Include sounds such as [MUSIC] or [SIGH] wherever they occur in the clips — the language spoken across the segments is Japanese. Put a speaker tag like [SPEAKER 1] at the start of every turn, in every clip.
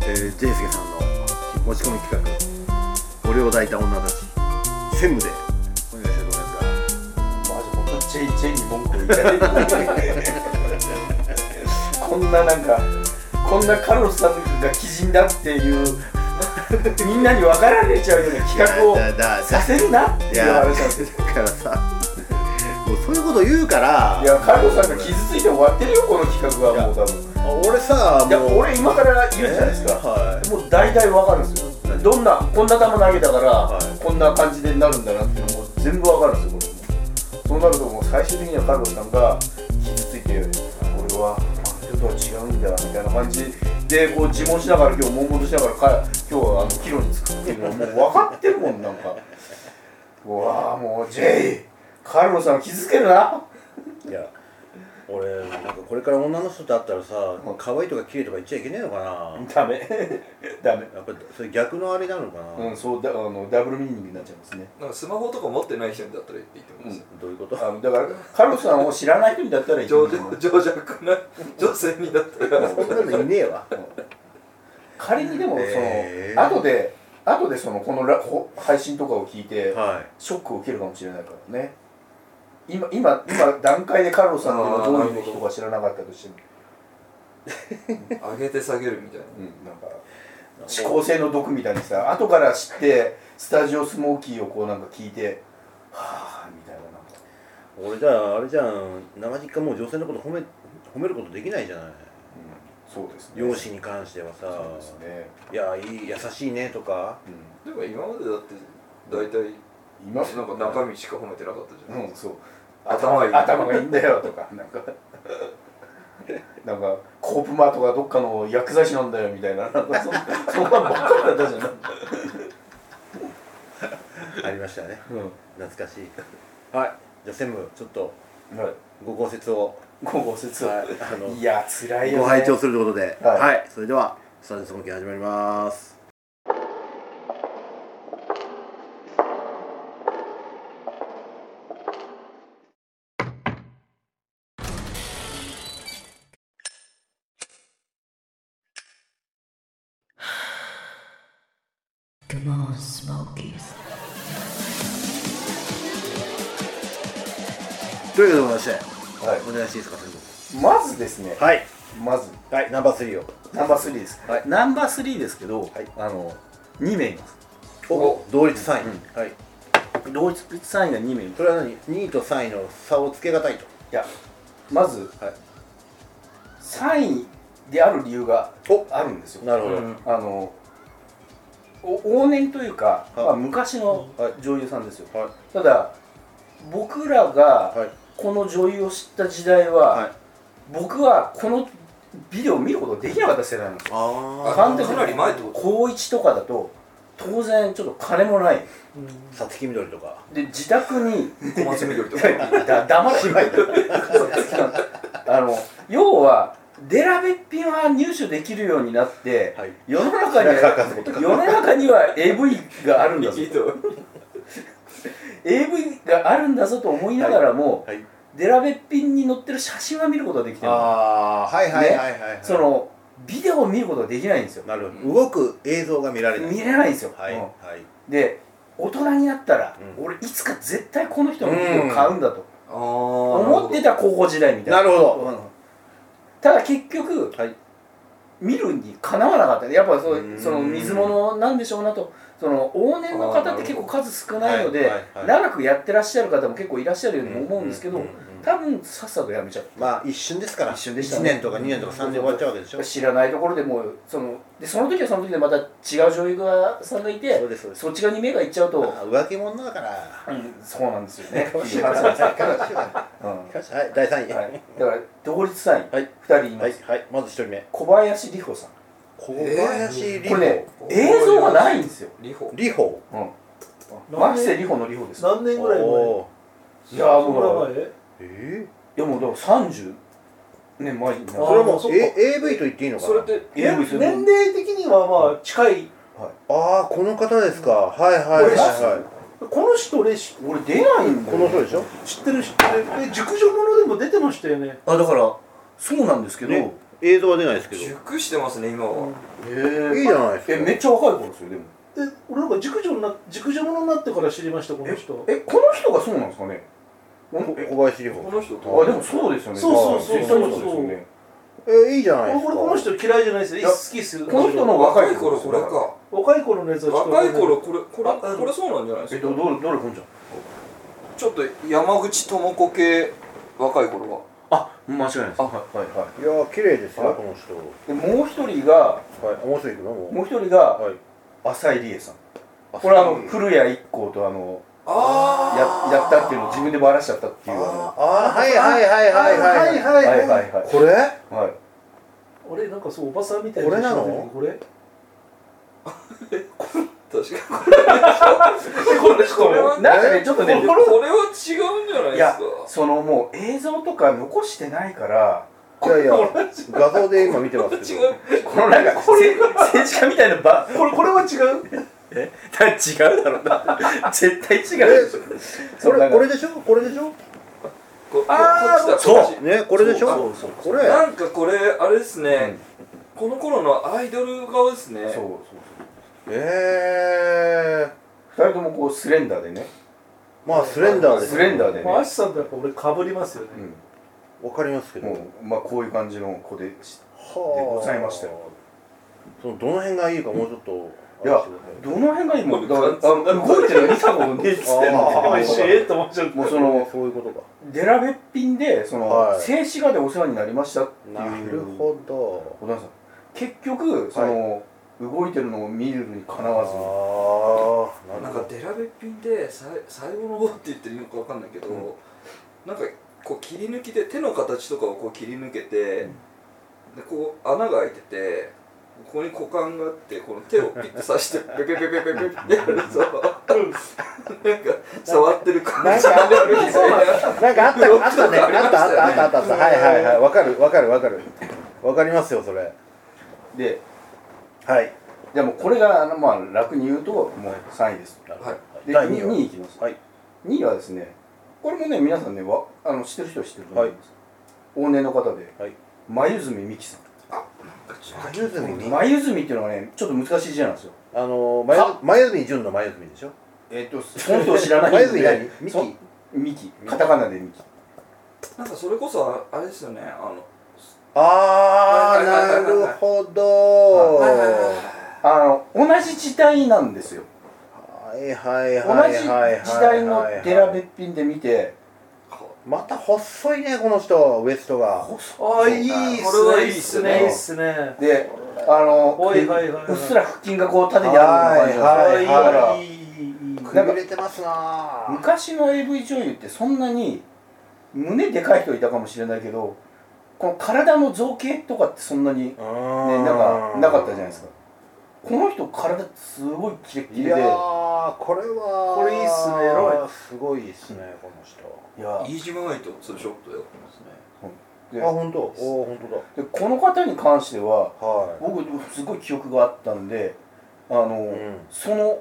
[SPEAKER 1] ー、ジェイスケさんの持ち込み企画「俺を抱いた女たち」専務でお願いしたいと思いますが。
[SPEAKER 2] マジ本当にチェイチェイに文句言いたいこんななんかこんなカルロスさんが鬼人だっていうみんなに分かられちゃうような企画を
[SPEAKER 1] だだ
[SPEAKER 2] させるなって
[SPEAKER 1] い
[SPEAKER 2] いう話
[SPEAKER 1] や
[SPEAKER 2] なん
[SPEAKER 1] だ
[SPEAKER 2] ですよ
[SPEAKER 1] からさもうそういうこと言うから
[SPEAKER 2] いやカルロスさんが傷ついて終わってるよこの企画はもう多分
[SPEAKER 1] 俺さ
[SPEAKER 2] いや
[SPEAKER 1] もう
[SPEAKER 2] 俺今から言うじゃないですか、
[SPEAKER 1] は
[SPEAKER 2] もう大体分かるんですよどんなこんな球投げたから、
[SPEAKER 1] はい
[SPEAKER 2] こんな感じでなるんだなっていうのも全部分かるんですよこれもそうなるともう最終的にはカルロスさんが傷ついて俺はあれとは違うんだみたいな感じでこう自問しながら今日悶々としながらか今日はあの帰路につくっていうのはもう分かってるもんなんか [LAUGHS] うわあもう J カルロスさん傷つけるない
[SPEAKER 1] いや俺なんかこれから女の人と会ったらさ可愛いとか綺麗とか言っちゃいけねえのかな
[SPEAKER 2] ダメ [LAUGHS] ダメ
[SPEAKER 1] やっぱりそれ逆のあれなのかな、
[SPEAKER 2] うんそうだあのダブルミーニングになっちゃいますね
[SPEAKER 3] なんかスマホとか持ってない人にだったら言っていいと思うんですよ、
[SPEAKER 1] どういう [LAUGHS] こと
[SPEAKER 2] あのだからカルロスさんを知らない人にだったらいいと
[SPEAKER 3] 情
[SPEAKER 2] 思う
[SPEAKER 3] 情弱な女性にだったら
[SPEAKER 1] そんなのいねえわ
[SPEAKER 2] 仮にでもその、
[SPEAKER 1] へー
[SPEAKER 2] 後で後でそのこのラほ配信とかを聞いて
[SPEAKER 1] は
[SPEAKER 2] ショックを受けるかもしれないからね今今今段階でカルロスさんっていうのはどういう人か知らなかったとしても、
[SPEAKER 3] 上げて下げるみたいな
[SPEAKER 2] うん、なんか思考性の毒みたいにさ後から知ってスタジオスモーキーをこうなんか聞いてはあみたいななんか
[SPEAKER 1] 俺じゃああれじゃん長実家もう女性のこと褒め褒めることできないじゃない
[SPEAKER 2] そうですね
[SPEAKER 1] 容姿に関してはさ
[SPEAKER 2] そうですね、
[SPEAKER 1] いやいい優しいねとか
[SPEAKER 2] う
[SPEAKER 3] でも今までだって大体
[SPEAKER 2] ん、今
[SPEAKER 3] なんか中身しか褒めてなかったじゃない、
[SPEAKER 2] うん、そう
[SPEAKER 3] 頭いい
[SPEAKER 2] 頭がいいんだよとか [LAUGHS] なんかなんかコープマートがどっかの薬剤師なんだよみたいななんかそんそんなのばっかりだったじゃない、
[SPEAKER 1] ありましたね
[SPEAKER 2] う
[SPEAKER 1] 懐かしいはいじゃあ専務ちょっと
[SPEAKER 2] ん、はい
[SPEAKER 1] ご講説を
[SPEAKER 2] ごご説
[SPEAKER 1] は
[SPEAKER 2] はい
[SPEAKER 1] あの
[SPEAKER 2] いや辛いよ、
[SPEAKER 1] ご
[SPEAKER 2] ね、
[SPEAKER 1] 拝聴するということで、は、
[SPEAKER 2] はいい
[SPEAKER 1] それではスタジオスモーキー始まります。
[SPEAKER 4] Come on, Smokies.
[SPEAKER 1] ということでございまして、
[SPEAKER 2] はい
[SPEAKER 1] お願いしていいですか、それで
[SPEAKER 2] まずですね、
[SPEAKER 1] もはい、
[SPEAKER 2] まず
[SPEAKER 1] はい、ナンバー3を。
[SPEAKER 2] ナンバー3です、
[SPEAKER 1] はい
[SPEAKER 2] ナンバー3ですけど、
[SPEAKER 1] い
[SPEAKER 2] あの2名います
[SPEAKER 1] お同率3位、はい。
[SPEAKER 2] 同一3位が2名いま
[SPEAKER 1] そ
[SPEAKER 2] す
[SPEAKER 1] れは何 ?2 位と3位の差をつけがたいと。
[SPEAKER 2] いやまず
[SPEAKER 1] はい。
[SPEAKER 2] 3位である理由が
[SPEAKER 1] お
[SPEAKER 2] あるんですよ
[SPEAKER 1] なるほど。
[SPEAKER 3] うん
[SPEAKER 2] あのお往年というか、
[SPEAKER 1] はい
[SPEAKER 2] まあ、昔の
[SPEAKER 1] はい
[SPEAKER 2] 女優さんですよ、
[SPEAKER 1] は
[SPEAKER 2] ただ僕ら
[SPEAKER 1] い。は
[SPEAKER 2] が
[SPEAKER 1] い。
[SPEAKER 2] この女優を知った時代は、
[SPEAKER 1] はい
[SPEAKER 2] 僕はこのビデオを見ることができなかった世代なんですよ
[SPEAKER 1] あ
[SPEAKER 2] 完全に
[SPEAKER 3] かなり前ってこと
[SPEAKER 2] 高1とかだと当然ちょっと金もない
[SPEAKER 1] あ。さつきみどりとか。
[SPEAKER 2] で自宅に
[SPEAKER 3] 小松緑とか
[SPEAKER 2] だ黙れあの要はデラべっぴんは入手できるようになって、
[SPEAKER 1] はい
[SPEAKER 2] 世の中には世の中には AV があるんだぞ
[SPEAKER 3] いいと
[SPEAKER 2] AV があるんだぞと思いながらも、
[SPEAKER 1] はい。
[SPEAKER 2] デラベッピンに載ってる写真は見ることができてる
[SPEAKER 1] ああ、はいはいはいはい、はい
[SPEAKER 2] そ、のビデオを見ることができないんですよ
[SPEAKER 1] なるほど。動く映像が見られない。
[SPEAKER 2] 見れないんですよ、
[SPEAKER 1] はい。
[SPEAKER 2] うん
[SPEAKER 1] はい。
[SPEAKER 2] で大人になったら、
[SPEAKER 1] うん
[SPEAKER 2] 俺いつか絶対この人のビデオを買うんだと
[SPEAKER 3] ああ
[SPEAKER 2] 思ってた高校時代みたいな
[SPEAKER 1] なるほど
[SPEAKER 2] うんただ結局
[SPEAKER 1] はい。
[SPEAKER 2] 見るにかなわなかったねやっぱそう
[SPEAKER 1] ーん
[SPEAKER 2] その水物なんでしょうなとその往年の方って結構数少ないの
[SPEAKER 1] はい
[SPEAKER 2] で
[SPEAKER 1] はいはい
[SPEAKER 2] 長くやってらっしゃる方も結構いらっしゃるようにも思うんですけ
[SPEAKER 1] う
[SPEAKER 2] ど
[SPEAKER 1] んうんうん
[SPEAKER 2] 多分さっさとやめちゃう
[SPEAKER 1] まあ一瞬ですから。一瞬
[SPEAKER 2] でしたね
[SPEAKER 1] 年とか2年とか3年終わっちゃうわけでしょ。
[SPEAKER 2] 知らないところでもうそのでその時はその時でまた違う女優がさんがいて
[SPEAKER 1] そうですそうです
[SPEAKER 2] っち側に目がいっちゃうと、
[SPEAKER 1] まあ浮気者だから。
[SPEAKER 2] うんそうなんですよ [LAUGHS] ね
[SPEAKER 1] 悲しい
[SPEAKER 2] うん
[SPEAKER 1] 悲しい
[SPEAKER 2] はい
[SPEAKER 1] 悲しいはい、第3位。
[SPEAKER 2] は
[SPEAKER 1] はい
[SPEAKER 2] い、だから同率3位、
[SPEAKER 1] はい
[SPEAKER 2] 2人います、
[SPEAKER 1] はい、まず一人目。
[SPEAKER 2] 小林里穂さん
[SPEAKER 1] 小林
[SPEAKER 2] こ
[SPEAKER 1] 里
[SPEAKER 2] れね
[SPEAKER 1] 穂。
[SPEAKER 2] 映像がないんですよ、
[SPEAKER 3] リホ
[SPEAKER 1] 里穂。
[SPEAKER 2] うん、牧瀬里穂の里穂ですよ
[SPEAKER 5] 何年ぐらい前
[SPEAKER 1] お
[SPEAKER 2] いやーもう
[SPEAKER 5] う前
[SPEAKER 1] ーえ
[SPEAKER 2] いやもうだから30年前になる
[SPEAKER 1] ー、それはも
[SPEAKER 5] あーそうっか
[SPEAKER 1] A AV と言っていいのかな
[SPEAKER 3] それって
[SPEAKER 2] いや
[SPEAKER 5] え年齢的にはまあ近い
[SPEAKER 1] ああこの方ですか、はいはいはいは
[SPEAKER 5] この人俺知
[SPEAKER 2] 俺出ないん
[SPEAKER 1] い
[SPEAKER 2] だ
[SPEAKER 1] こ
[SPEAKER 2] よ
[SPEAKER 1] の人でしょ
[SPEAKER 5] 知ってる知ってるえ熟女ものでも出てましたよね
[SPEAKER 2] あだからそうなんですけど、
[SPEAKER 1] ね映像は出ないですけどい
[SPEAKER 3] 熟してますね今は、
[SPEAKER 2] え
[SPEAKER 1] いじゃないですか
[SPEAKER 2] えめっちゃ若い子ですよでも
[SPEAKER 5] え俺なんか熟女にな熟女者になってから知りましたこの人
[SPEAKER 2] えこの人がそうなんですかねほんえ
[SPEAKER 1] 小林里
[SPEAKER 3] こ
[SPEAKER 1] 穂
[SPEAKER 3] の人
[SPEAKER 2] あ
[SPEAKER 3] と
[SPEAKER 2] でもそうですよね
[SPEAKER 5] そうそうそ
[SPEAKER 2] ま
[SPEAKER 5] う
[SPEAKER 2] あ実際そうですよね
[SPEAKER 1] えいいじゃない
[SPEAKER 5] 俺
[SPEAKER 1] ですか
[SPEAKER 5] 俺この人嫌いじゃないです
[SPEAKER 2] や
[SPEAKER 5] よ好きですよ
[SPEAKER 2] この人の
[SPEAKER 3] 若
[SPEAKER 2] 若
[SPEAKER 3] い
[SPEAKER 2] い
[SPEAKER 3] 頃
[SPEAKER 2] 頃
[SPEAKER 3] こ
[SPEAKER 2] こ
[SPEAKER 3] れ
[SPEAKER 2] れ
[SPEAKER 3] か
[SPEAKER 2] か
[SPEAKER 5] 若い頃のやつはちょっと
[SPEAKER 3] 若い頃これこれ
[SPEAKER 5] あうん
[SPEAKER 3] これそうなんじゃないで
[SPEAKER 2] え
[SPEAKER 3] す
[SPEAKER 2] ど
[SPEAKER 3] か
[SPEAKER 2] どれどれこんちゃん
[SPEAKER 3] ちょっと山口智子系若い頃は
[SPEAKER 2] あ間違いないです
[SPEAKER 3] あ
[SPEAKER 2] はいはいはい
[SPEAKER 1] やー綺麗ですよ、
[SPEAKER 2] はい
[SPEAKER 1] この人は
[SPEAKER 2] でもう一人が
[SPEAKER 1] い面白いけども
[SPEAKER 2] もう一人が
[SPEAKER 1] はい
[SPEAKER 2] 浅井理恵さんこれあの古谷一行とあの
[SPEAKER 3] あ
[SPEAKER 2] ややったっていうのを自分でバラしちゃったっていう
[SPEAKER 1] あ
[SPEAKER 2] あ
[SPEAKER 1] あーはいはいはいはいはい
[SPEAKER 2] の
[SPEAKER 5] はいは
[SPEAKER 2] はいい
[SPEAKER 5] は
[SPEAKER 2] はいいはい
[SPEAKER 1] これ
[SPEAKER 2] はい
[SPEAKER 5] 俺なんかそうおばさんみたい
[SPEAKER 1] これなの
[SPEAKER 5] 人出てくるこれ
[SPEAKER 3] 確か
[SPEAKER 5] この
[SPEAKER 3] これは
[SPEAKER 5] 人
[SPEAKER 2] なんかねちょっとね
[SPEAKER 3] にこれは違うんじゃない
[SPEAKER 2] い
[SPEAKER 3] です
[SPEAKER 2] や
[SPEAKER 3] か
[SPEAKER 2] そのもう映像とか残してないから
[SPEAKER 1] いやいや [LAUGHS] 画像で今見てますけ
[SPEAKER 3] 違
[SPEAKER 1] ど
[SPEAKER 3] う
[SPEAKER 2] このなんかせ政治家みたいな場
[SPEAKER 5] これこれは違う
[SPEAKER 2] だ違うだろうな [LAUGHS] 絶対違うでしょ
[SPEAKER 1] これこ
[SPEAKER 2] これ
[SPEAKER 1] れでしょこれでしょ
[SPEAKER 3] こ
[SPEAKER 2] あー
[SPEAKER 3] こっちだ
[SPEAKER 2] そう
[SPEAKER 3] こっち
[SPEAKER 1] ねこれでし
[SPEAKER 3] そ
[SPEAKER 1] ょ
[SPEAKER 2] そう
[SPEAKER 1] こ
[SPEAKER 2] れ
[SPEAKER 1] れ
[SPEAKER 3] なんかこれあれですね、この頃のアイドル顔ですね
[SPEAKER 2] そうそう
[SPEAKER 1] ええ
[SPEAKER 2] そう二人ともこうスレンダーでね
[SPEAKER 1] ー、まあスレンダーです
[SPEAKER 2] スレンダー
[SPEAKER 1] で
[SPEAKER 2] でね
[SPEAKER 5] まあアシさんとやっぱ俺かぶりますよね
[SPEAKER 2] う
[SPEAKER 1] わかりますけ
[SPEAKER 2] ん
[SPEAKER 1] ど
[SPEAKER 2] もうまあこういう感じの子で
[SPEAKER 1] は
[SPEAKER 2] でございましたよ
[SPEAKER 1] そのどの辺がいいかもうちょっと
[SPEAKER 2] いや
[SPEAKER 1] 話してく
[SPEAKER 2] どの辺が今
[SPEAKER 3] もう
[SPEAKER 2] だから
[SPEAKER 3] 完全
[SPEAKER 2] あ動いてるの見たことねえっつってん
[SPEAKER 1] あー
[SPEAKER 5] おいし
[SPEAKER 2] の
[SPEAKER 5] いって思っちゃう
[SPEAKER 2] もう
[SPEAKER 1] ださい
[SPEAKER 2] その
[SPEAKER 1] そういうことか
[SPEAKER 2] デラべっぴんでその、
[SPEAKER 1] はい
[SPEAKER 2] 静止画でお世話になりましたっていう
[SPEAKER 1] なるほど
[SPEAKER 2] 小田さん結局その、動いてるのを見るにかなわず
[SPEAKER 1] ああな
[SPEAKER 3] なん
[SPEAKER 1] る
[SPEAKER 3] か
[SPEAKER 1] ほ
[SPEAKER 3] デラべっぴんでさい最後の方って言っていいのかわかんないけど、
[SPEAKER 2] うん
[SPEAKER 3] なんかこう切り抜きで手の形とかをこう切り抜けて、
[SPEAKER 2] うん
[SPEAKER 3] でこう穴が開いててここに股間があってこの手をピッて刺してペペペペペペってやるとなんか触ってる感じになるみたいな
[SPEAKER 2] [LAUGHS]
[SPEAKER 1] どなんかあったあったねあったあったあったあったあったはいはいはいわかるわかるわかるわかりますよそれ
[SPEAKER 2] で
[SPEAKER 1] はい
[SPEAKER 2] じゃあもうこれがあのまあ楽に言うともう3位です
[SPEAKER 3] はい
[SPEAKER 2] で
[SPEAKER 1] 第二位は
[SPEAKER 2] 2, 位いきます、
[SPEAKER 1] はい
[SPEAKER 2] 2位はですねこれもね皆さんねわあの知ってる人は知ってると思います、往年の方で、
[SPEAKER 1] はい
[SPEAKER 2] 眉住美紀さん
[SPEAKER 1] 眉住に
[SPEAKER 2] 眉住っていうのはねちょっと難しい字なんですよ
[SPEAKER 1] あの眉
[SPEAKER 2] か
[SPEAKER 1] 眉住純の眉住でしょ
[SPEAKER 2] えっ、と本人を知らないん
[SPEAKER 1] 眉住
[SPEAKER 2] で
[SPEAKER 1] 何ミキ
[SPEAKER 2] そ美紀カタカナで美紀
[SPEAKER 3] なんかそれこそああれですよねあの
[SPEAKER 1] あ
[SPEAKER 3] は
[SPEAKER 1] ー
[SPEAKER 3] いはいは
[SPEAKER 1] な
[SPEAKER 3] いはい
[SPEAKER 1] るほど
[SPEAKER 3] はいはいはいはい
[SPEAKER 2] あの同じ時代なんですよ
[SPEAKER 1] はいはい
[SPEAKER 2] 同
[SPEAKER 1] はい
[SPEAKER 2] じ時
[SPEAKER 1] はいはい
[SPEAKER 2] 代のデラべっぴんで見て
[SPEAKER 1] また細いねこの人ウエストが
[SPEAKER 5] ああいいっ
[SPEAKER 3] これ
[SPEAKER 5] す
[SPEAKER 3] は
[SPEAKER 5] ね
[SPEAKER 3] いい
[SPEAKER 5] いい
[SPEAKER 3] っ
[SPEAKER 5] っ
[SPEAKER 3] す
[SPEAKER 5] す
[SPEAKER 3] ね
[SPEAKER 5] ねいいっすね
[SPEAKER 2] であの
[SPEAKER 5] はいはいはいはいう
[SPEAKER 2] っすら腹筋がこう縦にあるような感
[SPEAKER 1] は
[SPEAKER 2] じ
[SPEAKER 1] い
[SPEAKER 2] だから、
[SPEAKER 1] はい
[SPEAKER 5] いいいいいい
[SPEAKER 1] くびれてますなぁ
[SPEAKER 2] 昔の AV 女優ってそんなに胸でかい人いたかもしれないけどこの体の造形とかってそんなに、ね、
[SPEAKER 1] う
[SPEAKER 2] な
[SPEAKER 1] ー
[SPEAKER 2] ん
[SPEAKER 1] ん
[SPEAKER 2] かなかったじゃないですかこの人体すごいキレッキレ
[SPEAKER 1] い
[SPEAKER 2] でい
[SPEAKER 1] や
[SPEAKER 2] や
[SPEAKER 1] ーこれは
[SPEAKER 5] これいいっすねエロ
[SPEAKER 1] いすごいっすねこの人
[SPEAKER 3] 飯島愛とツーショットやってますね
[SPEAKER 2] で
[SPEAKER 1] あ本当おお本当
[SPEAKER 2] でこの方に関しては
[SPEAKER 1] だは
[SPEAKER 2] 僕すごい記憶があったんであの、
[SPEAKER 1] いうん
[SPEAKER 2] その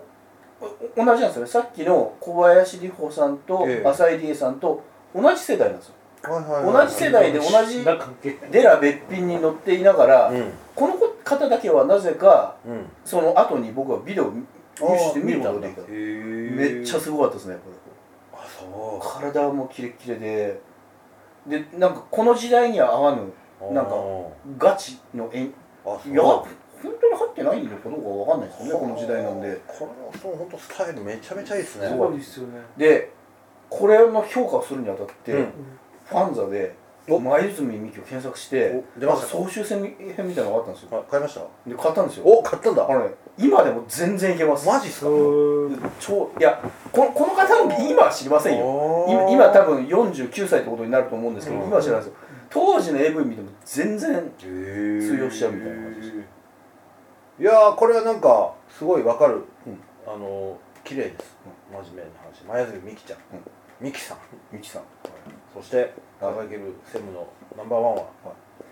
[SPEAKER 2] お同じなんですよねさっきの小林里穂さんと
[SPEAKER 1] ええ
[SPEAKER 2] 浅井理恵さんと同じ世代なんですよ
[SPEAKER 1] はいはいはい
[SPEAKER 2] 同じ世代で同じ
[SPEAKER 5] な関係
[SPEAKER 2] デラべっぴんに乗っていながら、この方だけはなぜか
[SPEAKER 1] うんうん
[SPEAKER 2] その後に僕はビデオを入手して見ることができた
[SPEAKER 1] あ
[SPEAKER 2] めっちゃすごかったですねこ
[SPEAKER 1] あそ
[SPEAKER 2] れ体もキレッキレででなんかこの時代には合わぬ
[SPEAKER 1] う
[SPEAKER 2] なんかガチの演
[SPEAKER 1] あそう
[SPEAKER 2] いや本当に入ってないのかどうかわかんないですよねこの時代なんで
[SPEAKER 1] これはそう本当スタイルめちゃめちゃいいっすね
[SPEAKER 5] すごいっすよね
[SPEAKER 2] でこれの評価をするにあたって、
[SPEAKER 1] うん
[SPEAKER 2] ファンザで
[SPEAKER 1] お
[SPEAKER 2] 前泉美樹を検索して
[SPEAKER 1] お出
[SPEAKER 2] なん
[SPEAKER 1] ま
[SPEAKER 2] か
[SPEAKER 1] した
[SPEAKER 2] 総集編みたいなのがあったんですよ
[SPEAKER 1] あ買いました
[SPEAKER 2] で買ったんですよ
[SPEAKER 1] お買ったんだ
[SPEAKER 2] あれ今でも全然いけます
[SPEAKER 1] マジっすか
[SPEAKER 5] そう
[SPEAKER 2] 超いやこのこの方も今は知りませんよ今今多分49歳ってことになると思うんですけど、
[SPEAKER 1] うん
[SPEAKER 2] 今は知らないですよ当時の AV 見ても全然
[SPEAKER 1] 通
[SPEAKER 2] 用しちゃうみたいな感じです
[SPEAKER 1] いやーこれはなんかすごいわかる、
[SPEAKER 2] うん
[SPEAKER 1] あのー綺麗です、真面目な話前泉美紀ちゃん、
[SPEAKER 2] うん
[SPEAKER 1] 美紀さん
[SPEAKER 2] ミキさん
[SPEAKER 1] そして掲げる専務のナンバーワンは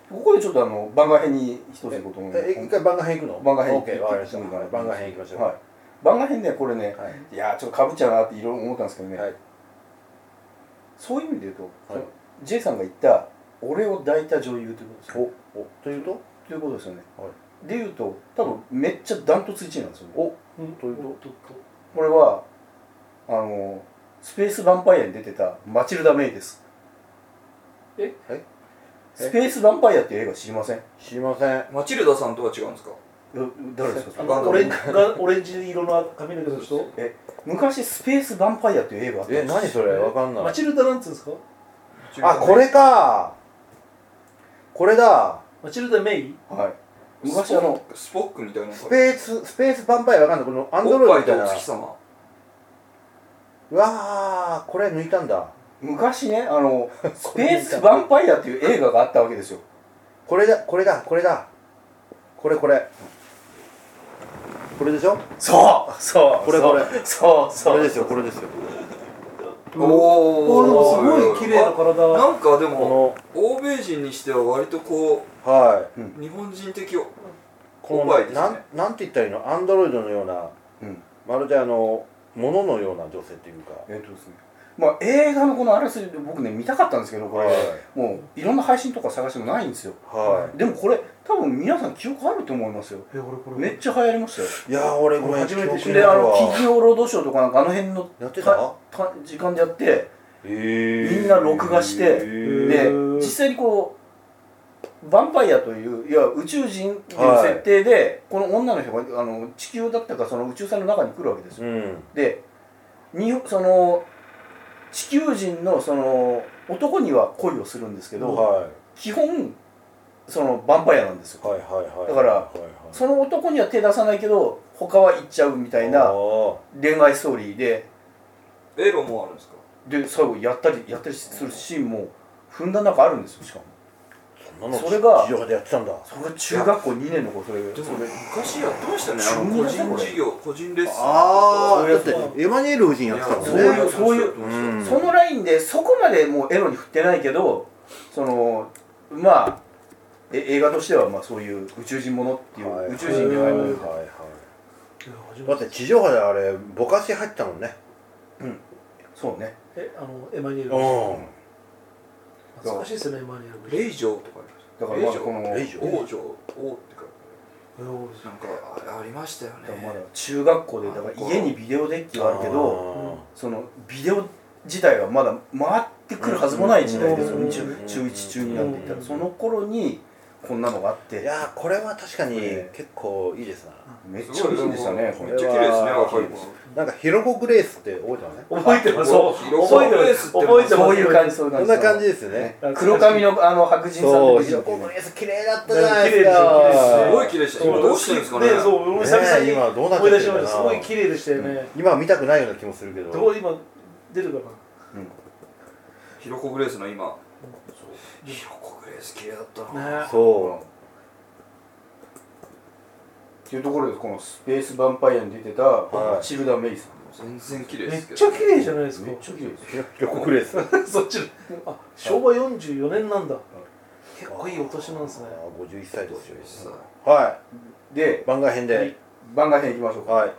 [SPEAKER 2] ここでちょっとあの番外編に一ついこうと思います
[SPEAKER 1] え一回番外編行くの
[SPEAKER 2] 番外編
[SPEAKER 1] OK わかりました
[SPEAKER 2] うん
[SPEAKER 1] 番外編行きましょう
[SPEAKER 2] はい番外編ねこれね、
[SPEAKER 1] はい
[SPEAKER 2] い、やーちょっとかぶっちゃうなっていろいろ思ったんですけどね、
[SPEAKER 1] はい
[SPEAKER 2] そういう意味で言うと、
[SPEAKER 1] はい
[SPEAKER 2] J さんが言った俺を抱いた女優ということですよ
[SPEAKER 1] おおというと
[SPEAKER 2] ということですよね、
[SPEAKER 1] は
[SPEAKER 2] でいうと多分めっちゃダントツ1位なんですよね
[SPEAKER 1] お
[SPEAKER 5] うん
[SPEAKER 1] というと
[SPEAKER 5] おっとっと
[SPEAKER 2] これはあのスペースヴァンパイアに出てたマチルダ・メイです
[SPEAKER 5] え
[SPEAKER 2] えスペースヴァンパイアっていう映画知りませんえ
[SPEAKER 1] 知りません
[SPEAKER 3] マチルダさんとは違うんですか
[SPEAKER 2] 誰ですか
[SPEAKER 5] あ
[SPEAKER 2] それ
[SPEAKER 3] バン
[SPEAKER 5] の
[SPEAKER 3] ド
[SPEAKER 5] オレンがオレンジ色の髪の毛の人
[SPEAKER 2] え昔スペースヴァンパイアっていう映画あったん
[SPEAKER 1] え
[SPEAKER 2] です
[SPEAKER 1] 何それわかんない
[SPEAKER 5] マチルダなんつうんですか
[SPEAKER 1] あこれかこれだ
[SPEAKER 5] マチルダメイ
[SPEAKER 2] はい
[SPEAKER 3] 昔
[SPEAKER 2] 昔
[SPEAKER 3] あ
[SPEAKER 2] あ
[SPEAKER 3] の
[SPEAKER 2] の
[SPEAKER 3] スポックみたいな
[SPEAKER 1] スペーススペースヴァンパイアわかんないこのアンドロイドみたい
[SPEAKER 3] おっ
[SPEAKER 1] な
[SPEAKER 3] ぱいとお月様
[SPEAKER 1] うわーこれ抜いたんだ
[SPEAKER 2] 昔ねあのスペースヴァンパイアっていう映画があったわけですよ
[SPEAKER 1] これだこれだこれだこれこれこれでしょ
[SPEAKER 2] そうそう
[SPEAKER 1] これこれ
[SPEAKER 2] そう
[SPEAKER 1] こ
[SPEAKER 2] そ
[SPEAKER 1] れ
[SPEAKER 2] う
[SPEAKER 1] ですよこれですよ
[SPEAKER 3] お
[SPEAKER 5] お
[SPEAKER 3] お
[SPEAKER 5] ーでもすごい綺麗な体
[SPEAKER 3] なんかでも
[SPEAKER 1] こ
[SPEAKER 3] 欧米人にしては割とこ
[SPEAKER 1] のはいう
[SPEAKER 3] 日本人的よ
[SPEAKER 1] こ
[SPEAKER 3] おっぱ
[SPEAKER 1] の、
[SPEAKER 3] いですね
[SPEAKER 1] なんなんて言ったらいいのアンドロイドのような
[SPEAKER 2] うん
[SPEAKER 1] まるであのもののような女性っていうか
[SPEAKER 2] えっとですねまあ映画のこのあらすじ僕ね見たかったんですけどこれ、
[SPEAKER 1] はい
[SPEAKER 2] もういろんな配信とか探してもないんですよ
[SPEAKER 1] は
[SPEAKER 2] でもこれ多分皆さん記憶あると思いますよ
[SPEAKER 5] え俺これ
[SPEAKER 2] めっちゃ流行りましたよ
[SPEAKER 1] いいやー俺ごめん
[SPEAKER 2] 初めて
[SPEAKER 1] 記憶
[SPEAKER 2] で
[SPEAKER 1] な
[SPEAKER 2] あ
[SPEAKER 1] い
[SPEAKER 2] の
[SPEAKER 1] わ
[SPEAKER 2] 企業労働省とかなんかあの辺の
[SPEAKER 1] やってた
[SPEAKER 2] かか時間でやって
[SPEAKER 1] えー
[SPEAKER 2] みんな録画して
[SPEAKER 1] えー
[SPEAKER 2] で
[SPEAKER 5] ー
[SPEAKER 2] 実際にこうヴァンパイアといういや宇宙人っていう設定で、この女の人があの地球だったかその宇宙船の中に来るわけですよ、
[SPEAKER 1] うん
[SPEAKER 2] でにその地球人のその男には恋をするんですけど、
[SPEAKER 1] は
[SPEAKER 2] 基本そのヴァンパイアなんですよ
[SPEAKER 1] いはいはいはい
[SPEAKER 2] だから
[SPEAKER 1] はいはい
[SPEAKER 2] その男には手出さないけど他は行っちゃうみたい
[SPEAKER 1] あ
[SPEAKER 2] な
[SPEAKER 1] ー
[SPEAKER 2] 恋愛ストーリーで
[SPEAKER 3] エロもあるんですか
[SPEAKER 2] で最後やったりやったりするシーンもふんだん中あるんですよしかも
[SPEAKER 1] そんなの
[SPEAKER 2] それが
[SPEAKER 1] 地上波でやってたんだ
[SPEAKER 2] それが中学校2年の子それ
[SPEAKER 3] でも昔やってましたね
[SPEAKER 2] 中
[SPEAKER 3] あの
[SPEAKER 2] 二だ
[SPEAKER 3] 個
[SPEAKER 2] ね
[SPEAKER 3] 人
[SPEAKER 2] これ
[SPEAKER 3] 事業個人レッスン
[SPEAKER 1] あ
[SPEAKER 5] ー
[SPEAKER 1] あだってエマニュエル夫人やってたもんね
[SPEAKER 2] そういうそういう
[SPEAKER 1] うん
[SPEAKER 2] そのラインでそこまでもうエロに振ってないけどそのまあえ映画としてはまあそういう宇宙人ものっていう、
[SPEAKER 1] はい
[SPEAKER 2] 宇宙人ではない
[SPEAKER 1] はい
[SPEAKER 2] の
[SPEAKER 1] はい
[SPEAKER 5] 初め
[SPEAKER 1] だって地上波であれぼかし入ってたもんね
[SPEAKER 2] そうね
[SPEAKER 5] えあのエマニュエル
[SPEAKER 1] う
[SPEAKER 5] 懐かしいですねエマニュエル夫人
[SPEAKER 3] レイジョーとかありまし
[SPEAKER 2] だか
[SPEAKER 3] た
[SPEAKER 2] ら
[SPEAKER 3] レイ
[SPEAKER 2] まだこの
[SPEAKER 3] ジョー
[SPEAKER 1] レイジョー
[SPEAKER 3] 王女王ってか
[SPEAKER 5] えー
[SPEAKER 3] なんかあありましたよ
[SPEAKER 2] だからまだ
[SPEAKER 3] ね
[SPEAKER 2] 中学校でだから家にビデオデッキはあるけどそのビデオ自体はまだ回ってくるはずもない時代ですよ
[SPEAKER 5] うん
[SPEAKER 2] ね中中1中2になっていった
[SPEAKER 5] う
[SPEAKER 2] ら
[SPEAKER 5] ん
[SPEAKER 2] その頃にこんなのがあって
[SPEAKER 1] いやーこれは確かに結構いいですな、
[SPEAKER 2] めっちゃ美人でしたねこ
[SPEAKER 3] め
[SPEAKER 2] れ
[SPEAKER 3] っちゃ綺麗ですね
[SPEAKER 1] これは
[SPEAKER 3] 若い子
[SPEAKER 1] なんかヒロコグレースって覚えてますね
[SPEAKER 5] 覚えてますそう
[SPEAKER 3] 色
[SPEAKER 5] 覚えて
[SPEAKER 3] 々レ
[SPEAKER 5] ま
[SPEAKER 3] ース
[SPEAKER 5] す
[SPEAKER 3] って
[SPEAKER 5] 覚えてます
[SPEAKER 2] そういう感じそうい
[SPEAKER 1] そ
[SPEAKER 2] う感
[SPEAKER 1] ん
[SPEAKER 2] じ
[SPEAKER 1] な感じですね
[SPEAKER 5] 懐かしい
[SPEAKER 2] 黒髪のあの白人さん
[SPEAKER 1] そ
[SPEAKER 2] の
[SPEAKER 1] う
[SPEAKER 2] 美
[SPEAKER 1] ヒ
[SPEAKER 2] 人
[SPEAKER 1] ロ
[SPEAKER 2] って
[SPEAKER 1] コ
[SPEAKER 2] いう
[SPEAKER 1] グ
[SPEAKER 2] ね
[SPEAKER 1] レース綺麗だったじゃないです
[SPEAKER 5] 綺
[SPEAKER 1] か
[SPEAKER 5] 麗
[SPEAKER 3] すごい綺麗でした今どうしてるんですかね
[SPEAKER 5] ねそう俺も久々に
[SPEAKER 1] ね今どうなっ
[SPEAKER 5] 思
[SPEAKER 1] て
[SPEAKER 5] い
[SPEAKER 1] るん
[SPEAKER 5] 出し
[SPEAKER 1] だ
[SPEAKER 5] ま
[SPEAKER 1] ろうな
[SPEAKER 5] したすごい綺麗でしたよね
[SPEAKER 1] 今は見たくないような気もするけど
[SPEAKER 5] どう今出るかな
[SPEAKER 3] ヒロコグレースの今ヒロコグレース綺麗だったな
[SPEAKER 5] ね
[SPEAKER 1] そ
[SPEAKER 2] っていうところでこのスペースヴァンパイアに出てた、
[SPEAKER 1] はい
[SPEAKER 2] チルダ・メイさ
[SPEAKER 3] 全然綺麗
[SPEAKER 5] め
[SPEAKER 3] で
[SPEAKER 5] っ
[SPEAKER 3] すけ
[SPEAKER 5] ち
[SPEAKER 3] ど
[SPEAKER 5] ゃ綺麗じゃないです
[SPEAKER 2] ん
[SPEAKER 5] か
[SPEAKER 2] めっちゃ綺麗です
[SPEAKER 1] う [LAUGHS] ヒロコグレース
[SPEAKER 5] [LAUGHS] そっちのあ昭和44年なんだ結構いいお年なんですね
[SPEAKER 1] あー51歳ですよ
[SPEAKER 3] さあ
[SPEAKER 1] は
[SPEAKER 2] で
[SPEAKER 1] い番外編で、
[SPEAKER 5] はい
[SPEAKER 2] 番外編いきましょうか
[SPEAKER 1] はい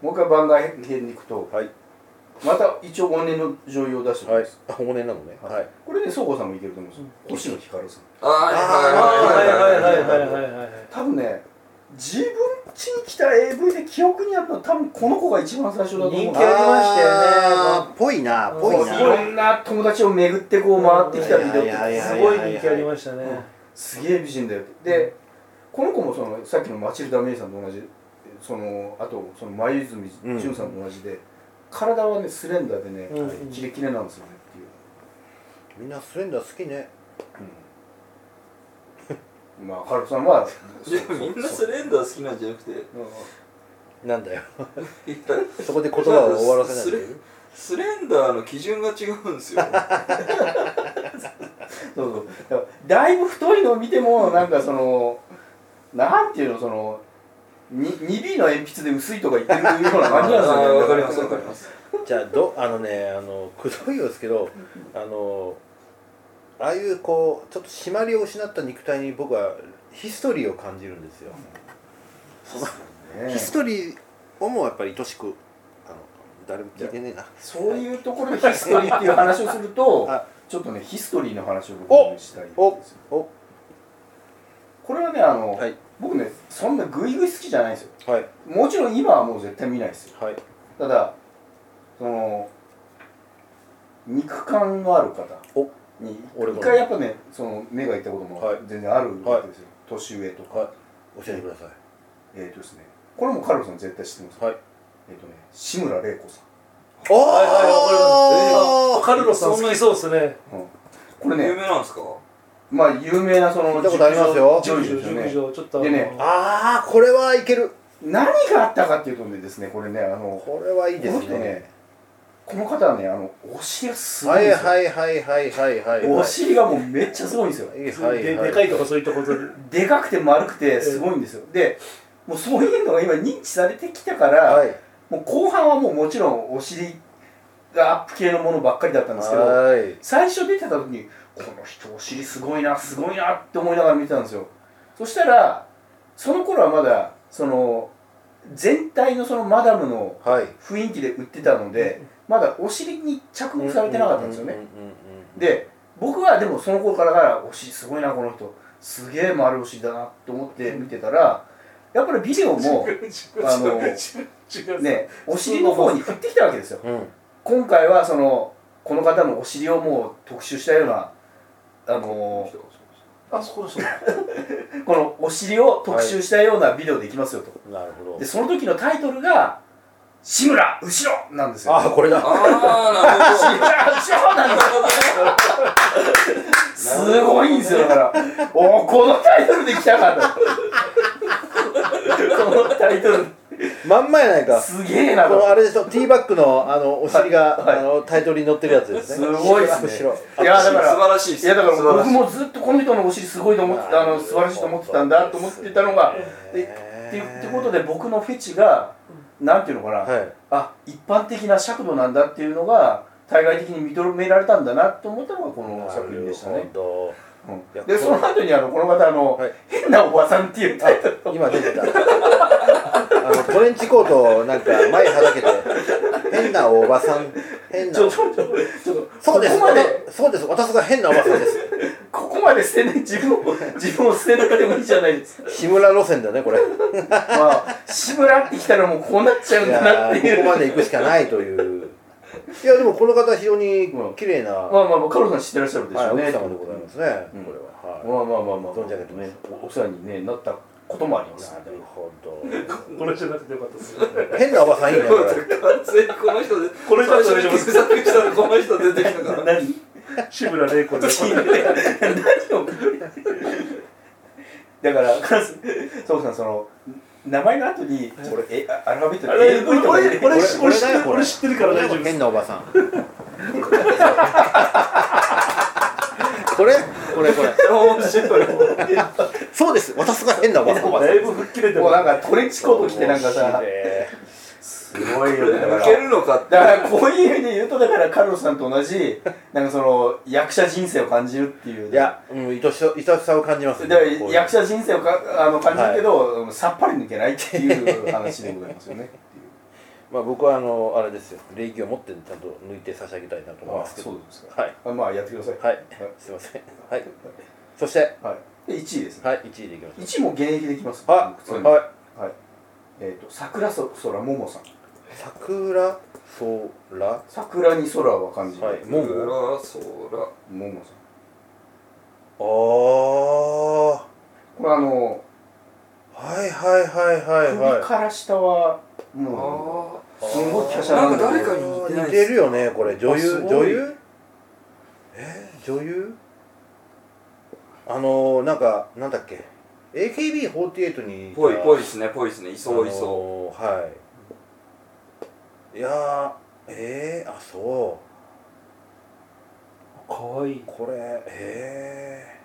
[SPEAKER 2] もう一回番外編に行くと、
[SPEAKER 1] はい
[SPEAKER 2] また一応往年の女優を出しておき
[SPEAKER 1] は
[SPEAKER 2] ま
[SPEAKER 1] い
[SPEAKER 2] す、、
[SPEAKER 1] あ、往年なのね。はい。
[SPEAKER 2] これね総合さんもいけると思うんですよ、星野ひかるさん
[SPEAKER 3] あはい
[SPEAKER 5] はいはいは
[SPEAKER 3] は
[SPEAKER 5] い
[SPEAKER 3] いはいはい
[SPEAKER 5] はいはいはいはい
[SPEAKER 2] 多分ね自分家に来た AV で記憶にあるのは多分この子が一番最初だと思う
[SPEAKER 5] 人気ありましたよね
[SPEAKER 1] ね。ぽいな、ぽ
[SPEAKER 2] こ
[SPEAKER 1] いう
[SPEAKER 2] い
[SPEAKER 5] す
[SPEAKER 1] な。
[SPEAKER 2] ろんな友達を巡ってこう回ってきたビデオっ
[SPEAKER 1] いやいやい
[SPEAKER 2] て
[SPEAKER 1] や
[SPEAKER 5] すごい人気ありましたね
[SPEAKER 2] すげえ美人だよってでこの子もそのさっきのマチルダ・メイさんと同じそのあとその前泉潤さんと同じで、体はねスレンダーでね、
[SPEAKER 5] うん
[SPEAKER 1] はい
[SPEAKER 2] キレキレなんですよねっていう、
[SPEAKER 1] みんなスレンダー好きね。
[SPEAKER 2] まあハルトさんは
[SPEAKER 3] でもみんなスレンダー好きなんじゃなくて
[SPEAKER 1] なんだよ。 [LAUGHS]
[SPEAKER 3] いや
[SPEAKER 1] そこで言葉を終わらせ [LAUGHS] ないで。
[SPEAKER 3] スレンダーの基準が違うんですよ
[SPEAKER 2] そうそうだからだいぶ太いのを見てもなんかそのなんていうのそのに 2B の鉛筆で薄いとか言ってるような感じなんですよね
[SPEAKER 3] わかりますわかります
[SPEAKER 1] じゃあ、ど、あのね、あの、くどいようですけど、あの。ああいうこう、ちょっと締まりを失った肉体に、僕はヒストリーを感じるんですよ。
[SPEAKER 2] ね
[SPEAKER 1] ヒストリーをもやっぱり愛しく。あの、誰も聞いてねえな。
[SPEAKER 2] そういうところでヒストリーっていう話をすると
[SPEAKER 1] あ
[SPEAKER 2] ちょっとねヒストリーの話を
[SPEAKER 1] お
[SPEAKER 2] 僕したいん
[SPEAKER 1] お
[SPEAKER 2] ですよ
[SPEAKER 1] お
[SPEAKER 2] これはねあの、
[SPEAKER 1] はい
[SPEAKER 2] 僕ねそんなグイグイ好きじゃないんですよ
[SPEAKER 1] はい
[SPEAKER 2] もちろん今はもう絶対見ないですよ
[SPEAKER 1] はい
[SPEAKER 2] ただその肉感がある方
[SPEAKER 1] お
[SPEAKER 2] に
[SPEAKER 1] 俺も
[SPEAKER 2] 一回やっぱねその目がいったことも
[SPEAKER 1] はい
[SPEAKER 2] 全然あるわけですよ、年上とか、
[SPEAKER 1] はい教えてください
[SPEAKER 2] えっ、とですねこれもカルロさん絶対知ってます、
[SPEAKER 1] はい
[SPEAKER 2] えっ、とね志村玲子さん
[SPEAKER 1] おお
[SPEAKER 5] はいはいわかります、えーあカルロさん好きそうですね
[SPEAKER 2] これ
[SPEAKER 3] 有
[SPEAKER 2] ね
[SPEAKER 3] 名なんですか
[SPEAKER 2] まあ有名なその
[SPEAKER 1] 聞いたことありますよ
[SPEAKER 2] 熟
[SPEAKER 5] 熟
[SPEAKER 2] 女
[SPEAKER 5] 女
[SPEAKER 2] ですよね
[SPEAKER 5] 熟女ちょっとあの
[SPEAKER 2] でね
[SPEAKER 1] ああこれはいける
[SPEAKER 2] 何があったかっていうとねですねこれねあの
[SPEAKER 1] これはいいです
[SPEAKER 2] この人
[SPEAKER 1] ね
[SPEAKER 2] ねこの方はねあのお尻がすごい
[SPEAKER 1] は
[SPEAKER 2] ん
[SPEAKER 1] い
[SPEAKER 2] ですよ、
[SPEAKER 1] はいはいはいはいはいはい
[SPEAKER 2] お尻がもうめっちゃすごいんですよ
[SPEAKER 1] はいは
[SPEAKER 5] で
[SPEAKER 1] いは
[SPEAKER 5] でかいとかそういったことで
[SPEAKER 2] でかくて丸くてすごいんですよ、でもうそういうのが今認知されてきたから、
[SPEAKER 1] はい
[SPEAKER 2] もう後半はもうもちろんお尻がアップ系のものばっかりだったんですけど
[SPEAKER 1] はい
[SPEAKER 2] 最初出てた時にこの人お尻すごいなすごいなって思いながら見てたんですよそしたらその頃はまだその全体のそのマダムの
[SPEAKER 1] はい
[SPEAKER 2] 雰囲気で売ってたので、まだお尻に着目されてなかったんですよね、で僕はでもその頃からからお尻すごいなこの人すげえ丸お尻だなと思って見てたらやっぱりビデオもあ
[SPEAKER 5] [LAUGHS]
[SPEAKER 2] の [LAUGHS] ねお尻の方に振ってきたわけですよ
[SPEAKER 1] うんうんうん
[SPEAKER 2] 今回はそのこの方のお尻をもう特集したようなあの
[SPEAKER 5] あそこの人
[SPEAKER 2] このお尻を特集したようなビデオでいきますよと、
[SPEAKER 1] うんなるほど
[SPEAKER 2] でその時のタイトルが「志村後ろ!」なんですよ
[SPEAKER 1] ああこれだ
[SPEAKER 3] あ
[SPEAKER 2] 志村後ろなんですよすごいんですよだからおおこのタイトルで来たかとこのタイトル
[SPEAKER 1] まんまやないか
[SPEAKER 2] すげえな
[SPEAKER 1] ことのあれでしょティーバッグのあのお尻が、
[SPEAKER 2] はいはい
[SPEAKER 1] あのタイトルに載ってるやつですね
[SPEAKER 2] すごいっすね
[SPEAKER 1] 白
[SPEAKER 2] いや
[SPEAKER 3] いや
[SPEAKER 2] だか
[SPEAKER 3] だからら素晴らしいで
[SPEAKER 2] い
[SPEAKER 3] す
[SPEAKER 2] やだから
[SPEAKER 3] 素晴ら
[SPEAKER 2] 僕
[SPEAKER 3] しい
[SPEAKER 2] もずっとこの人のお尻すごいと思ってあの素晴らしいと思ってたんだと思ってたのがでっていうってこと
[SPEAKER 1] で、
[SPEAKER 2] で僕のフェチがなんていうのかな、
[SPEAKER 1] はい、
[SPEAKER 2] あ一般的な尺度なんだっていうのが対外的に認められたんだなと思ったのがこの作品でした
[SPEAKER 1] なる
[SPEAKER 2] ね、
[SPEAKER 1] ほい
[SPEAKER 2] うん
[SPEAKER 1] や
[SPEAKER 2] でその後にあのこの方あの、
[SPEAKER 1] はい
[SPEAKER 2] 変なおばさんっていうタイトル
[SPEAKER 1] ど今出てたあのトレンチコートをなんか前はだけて変なおばさん変な
[SPEAKER 2] ちょちょちょちょっと
[SPEAKER 1] そうです
[SPEAKER 2] ここまで
[SPEAKER 1] そうです私が変なおばさんです
[SPEAKER 2] ここまで捨てない自
[SPEAKER 1] [LAUGHS]
[SPEAKER 2] 分を自分を捨てなくてもいいじゃないですか
[SPEAKER 1] 志村路線だねこれい
[SPEAKER 2] まあ志村ってきたらもうこうなっちゃうんだな
[SPEAKER 1] や
[SPEAKER 2] ってい
[SPEAKER 1] ー
[SPEAKER 2] う
[SPEAKER 1] ここまで行くしかないといういやでもこの方非常に綺麗な、
[SPEAKER 2] まあまあまあカロさん知ってらっしゃるでし
[SPEAKER 1] はい、
[SPEAKER 2] ょう
[SPEAKER 1] 奥
[SPEAKER 2] ね、
[SPEAKER 1] 様でございますね、
[SPEAKER 2] うん
[SPEAKER 1] これは、はい
[SPEAKER 2] まあまあまあまあ
[SPEAKER 1] 存じ上げてます
[SPEAKER 2] ねおお世話に、ね、なったこともあります
[SPEAKER 1] なるほど。
[SPEAKER 5] この人じゃなくてよかったです
[SPEAKER 1] 変なおばさんいいね。これ
[SPEAKER 3] 完全にこの人で
[SPEAKER 5] これだ
[SPEAKER 3] 最初
[SPEAKER 5] と
[SPEAKER 3] に検索したらこの人出てきたから
[SPEAKER 2] 何
[SPEAKER 5] 志村玲子です
[SPEAKER 2] 何を [LAUGHS] だからカズソウさんその名前の後に俺えあアルファベット
[SPEAKER 5] あれ
[SPEAKER 2] で AV とか
[SPEAKER 5] 俺俺
[SPEAKER 1] これだよこれ
[SPEAKER 5] 俺知ってるから大丈夫
[SPEAKER 1] 変なおばさん。これこれこれ。
[SPEAKER 3] 面白い
[SPEAKER 1] そうです。私が変なおばさん。
[SPEAKER 5] だいぶ吹っ切れて
[SPEAKER 2] もう
[SPEAKER 5] ま
[SPEAKER 2] なんかトレンチコート着てなんかさすごいよねだから
[SPEAKER 3] いけるのかって
[SPEAKER 2] だからこういう意味で言うとだからカルロスさんと同じなんかその役者人生を感じるっていう
[SPEAKER 1] いや、うん、愛しさ愛しさを感じます、
[SPEAKER 2] だから
[SPEAKER 1] こういう
[SPEAKER 2] 役者人生をかあの感じるけど、さっぱり抜けないっていう話でございます
[SPEAKER 1] [LAUGHS]
[SPEAKER 2] よねっていう
[SPEAKER 1] まあ僕はあのあれですよ。礼儀を持ってちゃんと抜いて差し上げたいなと思いますけど。
[SPEAKER 2] です
[SPEAKER 1] はい
[SPEAKER 2] あまあやってください
[SPEAKER 1] はい。すいません。はい。そして
[SPEAKER 2] はい、で1位ですね
[SPEAKER 1] はい一位でいきまし
[SPEAKER 2] 1位も現役できます
[SPEAKER 1] ょう。は
[SPEAKER 2] 普
[SPEAKER 1] い
[SPEAKER 2] 通に
[SPEAKER 1] はい。
[SPEAKER 2] はいえー、と桜そ空ももさん
[SPEAKER 1] 桜空は
[SPEAKER 2] 桜に空は感じる、
[SPEAKER 1] いもう。
[SPEAKER 3] そら
[SPEAKER 2] ももさん
[SPEAKER 1] ああ
[SPEAKER 2] これあの
[SPEAKER 1] はいはいはいはい
[SPEAKER 2] 首
[SPEAKER 1] は
[SPEAKER 2] から下は
[SPEAKER 3] あ
[SPEAKER 2] も
[SPEAKER 3] ー
[SPEAKER 2] うすんごい華
[SPEAKER 1] い
[SPEAKER 2] 奢なんだ
[SPEAKER 3] なん
[SPEAKER 2] け
[SPEAKER 3] か
[SPEAKER 2] ど
[SPEAKER 3] 誰かに似てない
[SPEAKER 1] 似
[SPEAKER 3] で
[SPEAKER 1] て
[SPEAKER 3] す
[SPEAKER 1] るよねこれ女
[SPEAKER 2] あす
[SPEAKER 1] 優
[SPEAKER 2] ごい
[SPEAKER 1] 女優えー女優あのー、なんかなんだっけ AKB48 に
[SPEAKER 3] ぽいぽい
[SPEAKER 1] い
[SPEAKER 3] ですねぽいですねいそういそう
[SPEAKER 1] はいいやーえー、あそう
[SPEAKER 5] かわいい
[SPEAKER 1] これえ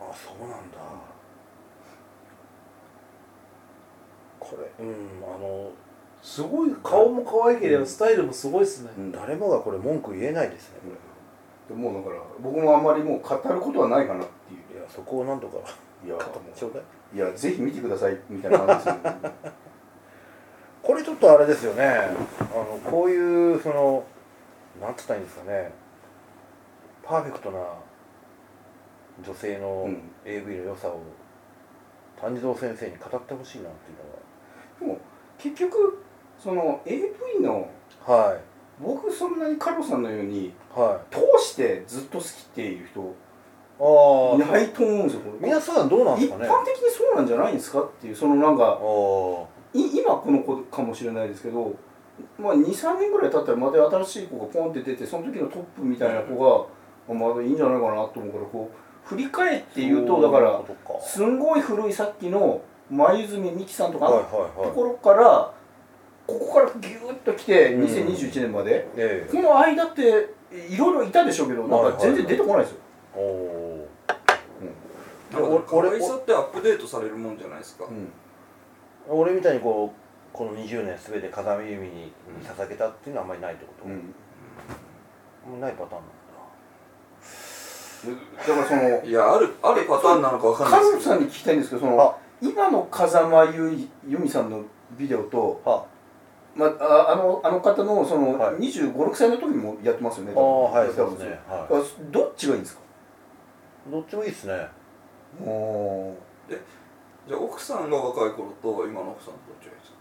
[SPEAKER 1] ー、あそうなんだこれうんあの
[SPEAKER 5] すごい顔も可愛いければスタイルもすごいっすね
[SPEAKER 2] うん
[SPEAKER 1] 誰もがこれ文句言えないですねこ
[SPEAKER 2] でもうだから僕もあんまりもう語ることはないかなっていう
[SPEAKER 1] れいやそこをなんとか
[SPEAKER 2] いや
[SPEAKER 1] ちょうだい
[SPEAKER 2] いやぜひ見てくださいみたいな感じですよね
[SPEAKER 1] これちょっとあれですよねあのこういうそのなんつったらいいんですかねパーフェクトな女性の
[SPEAKER 2] うん
[SPEAKER 1] AV の良さを丹治堂先生に語ってほしいなっていう
[SPEAKER 2] でも [LAUGHS] 結局その AV の
[SPEAKER 1] のははい
[SPEAKER 2] 僕そんなにカロさんのように
[SPEAKER 1] はい
[SPEAKER 2] 通してずっと好きっていう人い
[SPEAKER 1] ああ
[SPEAKER 2] ないと思うんですよこれ
[SPEAKER 1] 皆さんどうなんです
[SPEAKER 2] 一
[SPEAKER 1] か
[SPEAKER 2] 般
[SPEAKER 1] ね
[SPEAKER 2] 的にそうなんじゃないんですかっていうそのなんか
[SPEAKER 1] お
[SPEAKER 2] い今この子かもしれないですけど、まあ、23年ぐらい経ったらまた新しい子がポンって出てその時のトップみたいな子が、まだいいんじゃないかなと思うからこう振り返って言うとだからすんごい古いさっきの前泉美樹さんとかあ
[SPEAKER 1] はい
[SPEAKER 2] の
[SPEAKER 1] はい
[SPEAKER 2] と
[SPEAKER 1] はい
[SPEAKER 2] ころから、ここからギューッと来て
[SPEAKER 1] うん
[SPEAKER 2] 2021年まで、
[SPEAKER 1] ええ
[SPEAKER 2] この間っていろいろいたでしょうけどなんか全然出てこないですよ、
[SPEAKER 1] おお
[SPEAKER 3] なんか可愛さってアップデートされるもんじゃないですか、
[SPEAKER 2] うん
[SPEAKER 1] 俺みたいにこうこの20年全て風見由美に捧げたっていうのはあんまりないってこと、
[SPEAKER 2] うん
[SPEAKER 1] もうないパターンなん
[SPEAKER 2] だからその
[SPEAKER 3] いやあるあるパターンなのかわかんな
[SPEAKER 2] カ
[SPEAKER 3] い
[SPEAKER 2] ズ
[SPEAKER 3] ですけ
[SPEAKER 2] さ
[SPEAKER 3] ど
[SPEAKER 2] んに聞きたいんですけどそ
[SPEAKER 1] あ
[SPEAKER 2] の今の風間由由美さんのビデオと、
[SPEAKER 1] だは
[SPEAKER 2] まあ、ああのあの方のその、
[SPEAKER 1] はい
[SPEAKER 2] 2 5 6歳の時もやってますよね
[SPEAKER 1] ああはい
[SPEAKER 2] 多
[SPEAKER 1] そう
[SPEAKER 2] 分
[SPEAKER 1] ですね、
[SPEAKER 2] 多
[SPEAKER 1] は
[SPEAKER 2] 分あどっちがいいんですか
[SPEAKER 1] い、どっちもいいですね
[SPEAKER 2] お
[SPEAKER 3] じゃあ奥さんが若い頃と今の奥さんとどっちがいいですか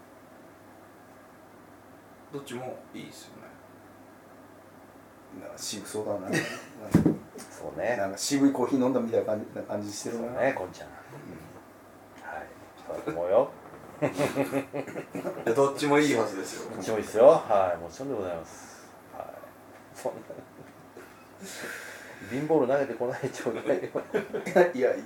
[SPEAKER 3] どっちもいいですよね
[SPEAKER 1] [LAUGHS]
[SPEAKER 2] 渋そうだな
[SPEAKER 1] そうね
[SPEAKER 2] なんか渋いコーヒー飲んだみたいな感じな感じして
[SPEAKER 1] そ
[SPEAKER 2] る
[SPEAKER 1] う
[SPEAKER 2] な、
[SPEAKER 1] ねこんちゃん、はいそうだと思うよ
[SPEAKER 3] いやどっちもいいはずですよ
[SPEAKER 1] どっちもいいですよはいもちろんでございますはいそんな貧乏の投げてこない状態で
[SPEAKER 2] いやいやいや
[SPEAKER 1] い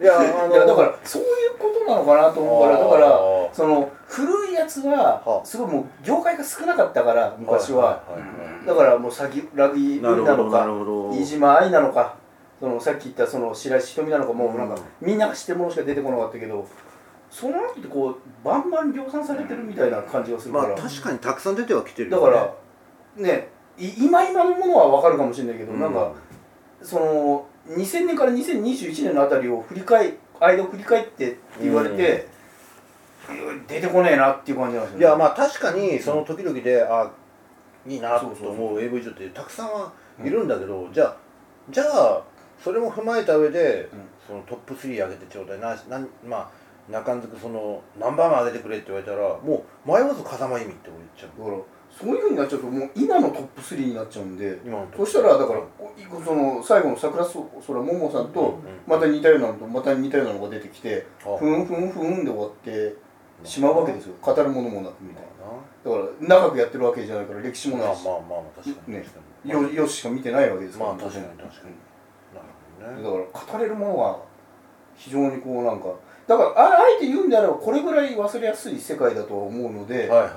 [SPEAKER 1] やあ
[SPEAKER 2] いやだからそういうことなのかなと思うからだか
[SPEAKER 1] あ
[SPEAKER 2] ら
[SPEAKER 1] ー
[SPEAKER 2] その古いやつ
[SPEAKER 1] は
[SPEAKER 2] は
[SPEAKER 1] あ
[SPEAKER 2] すごいもう業界が少なかったから昔は、
[SPEAKER 1] いい
[SPEAKER 3] うん
[SPEAKER 2] だからもう桜木
[SPEAKER 1] なる
[SPEAKER 2] 瑠
[SPEAKER 1] ほ
[SPEAKER 2] な
[SPEAKER 1] ど
[SPEAKER 2] の
[SPEAKER 1] な
[SPEAKER 2] か
[SPEAKER 1] るほど
[SPEAKER 2] 飯島愛なのかそのさっき言ったその白石瞳なのかもうなんか、みんなが知ってるものしか出てこなかったけどその後ってこうバンバン量産されてるみたいな感じがする
[SPEAKER 1] ま
[SPEAKER 2] か
[SPEAKER 1] あ
[SPEAKER 2] ら、
[SPEAKER 1] 確かにたくさん出てはきてる
[SPEAKER 2] だ
[SPEAKER 1] よ、
[SPEAKER 2] か
[SPEAKER 1] ね、
[SPEAKER 2] らねい今今のものはわかるかもしれないけど、
[SPEAKER 1] うん
[SPEAKER 2] なんかその2000年から2021年のあたりを振り返間を振り返ってって言われて、うん出てこねえなっていう感じなんですよ、
[SPEAKER 1] いやまあ確かにその時々であいいなと
[SPEAKER 2] そうそう
[SPEAKER 1] 思う AV 女ってたくさんはいるんだけど、じゃあじゃあそれも踏まえた上で、
[SPEAKER 2] うん
[SPEAKER 1] そのトップ3上げてちょうだいななんまあ中んずくその何番も上げてくれって言われたらもう迷わず風間由美って俺言っちゃう
[SPEAKER 2] だからそういうふうになっちゃうともう今のトップ3になっちゃうんで
[SPEAKER 1] 今のとこ
[SPEAKER 2] そしたらだからこその最後の桜空ももさん
[SPEAKER 1] う
[SPEAKER 2] と
[SPEAKER 1] んうん
[SPEAKER 2] また似たようなのとまた似たようなのが出てきて
[SPEAKER 1] あ
[SPEAKER 2] ふんふんふんで終わってしまうわけですよ語るものもなくみたい
[SPEAKER 1] ま
[SPEAKER 2] なだから長くやってるわけじゃないから歴史
[SPEAKER 1] あ
[SPEAKER 2] も
[SPEAKER 1] な
[SPEAKER 2] な
[SPEAKER 1] まあ
[SPEAKER 2] いし
[SPEAKER 1] まあまあ確かに
[SPEAKER 2] ね
[SPEAKER 1] 確かに
[SPEAKER 2] よよししか見てないわけですか
[SPEAKER 1] ま
[SPEAKER 2] ら
[SPEAKER 1] あ確かに確かに、なるほどね
[SPEAKER 2] だから語れるものが非常にこうなんかだからああえて言うんであればこれぐらい忘れやすい世界だとは思うので、
[SPEAKER 1] はいはい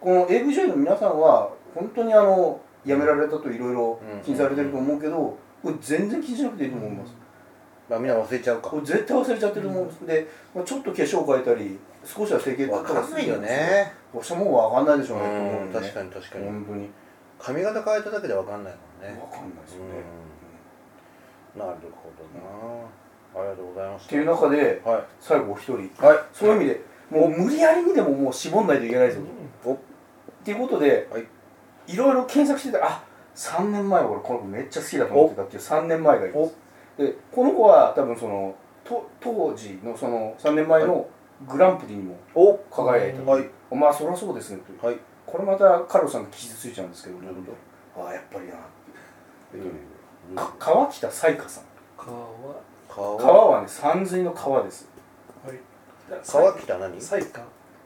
[SPEAKER 2] この AV 女優の皆さんは本当にあのやめられたといろいろ気にされてると思うけど、これ全然気にしなくていいと思います、
[SPEAKER 1] まあみんな忘れちゃうか
[SPEAKER 2] これ絶対忘れちゃってると思うんです、で、まあ、ちょっと化粧変えたり少しは整形
[SPEAKER 1] わかんないよね
[SPEAKER 2] どうしたもんわかんないでしょうねと思
[SPEAKER 1] う
[SPEAKER 2] うんんでね
[SPEAKER 1] 確かに確かに
[SPEAKER 2] 本当に
[SPEAKER 1] 髪型変えただけでわかんないもんね
[SPEAKER 2] わかんないですよね、
[SPEAKER 1] うんなるほどなありがとうございまし
[SPEAKER 2] ったていう中で
[SPEAKER 1] は
[SPEAKER 2] 最後お一人、
[SPEAKER 1] いはい
[SPEAKER 2] そういう意味でもう無理やりにでももう絞んないといけないですよ、
[SPEAKER 1] お
[SPEAKER 2] っていうことで、
[SPEAKER 1] はい
[SPEAKER 2] い、ろいろ検索してたらあ3年前俺この子めっちゃ好きだと思ってたっていう3年前がいますでこの子は多分そのと当時のその3年前のグランプリにも
[SPEAKER 1] お
[SPEAKER 2] 輝いた、
[SPEAKER 1] はい
[SPEAKER 2] おまあそりゃそうですねという
[SPEAKER 1] はい
[SPEAKER 2] これまたカルロさんが傷ついちゃうんですけど、
[SPEAKER 1] なるほど
[SPEAKER 2] ああやっぱりな
[SPEAKER 1] うん
[SPEAKER 2] か川北彩花さん
[SPEAKER 5] かわ
[SPEAKER 1] 顔
[SPEAKER 2] 川はねさんずいの川です
[SPEAKER 5] はい
[SPEAKER 1] 川北何彩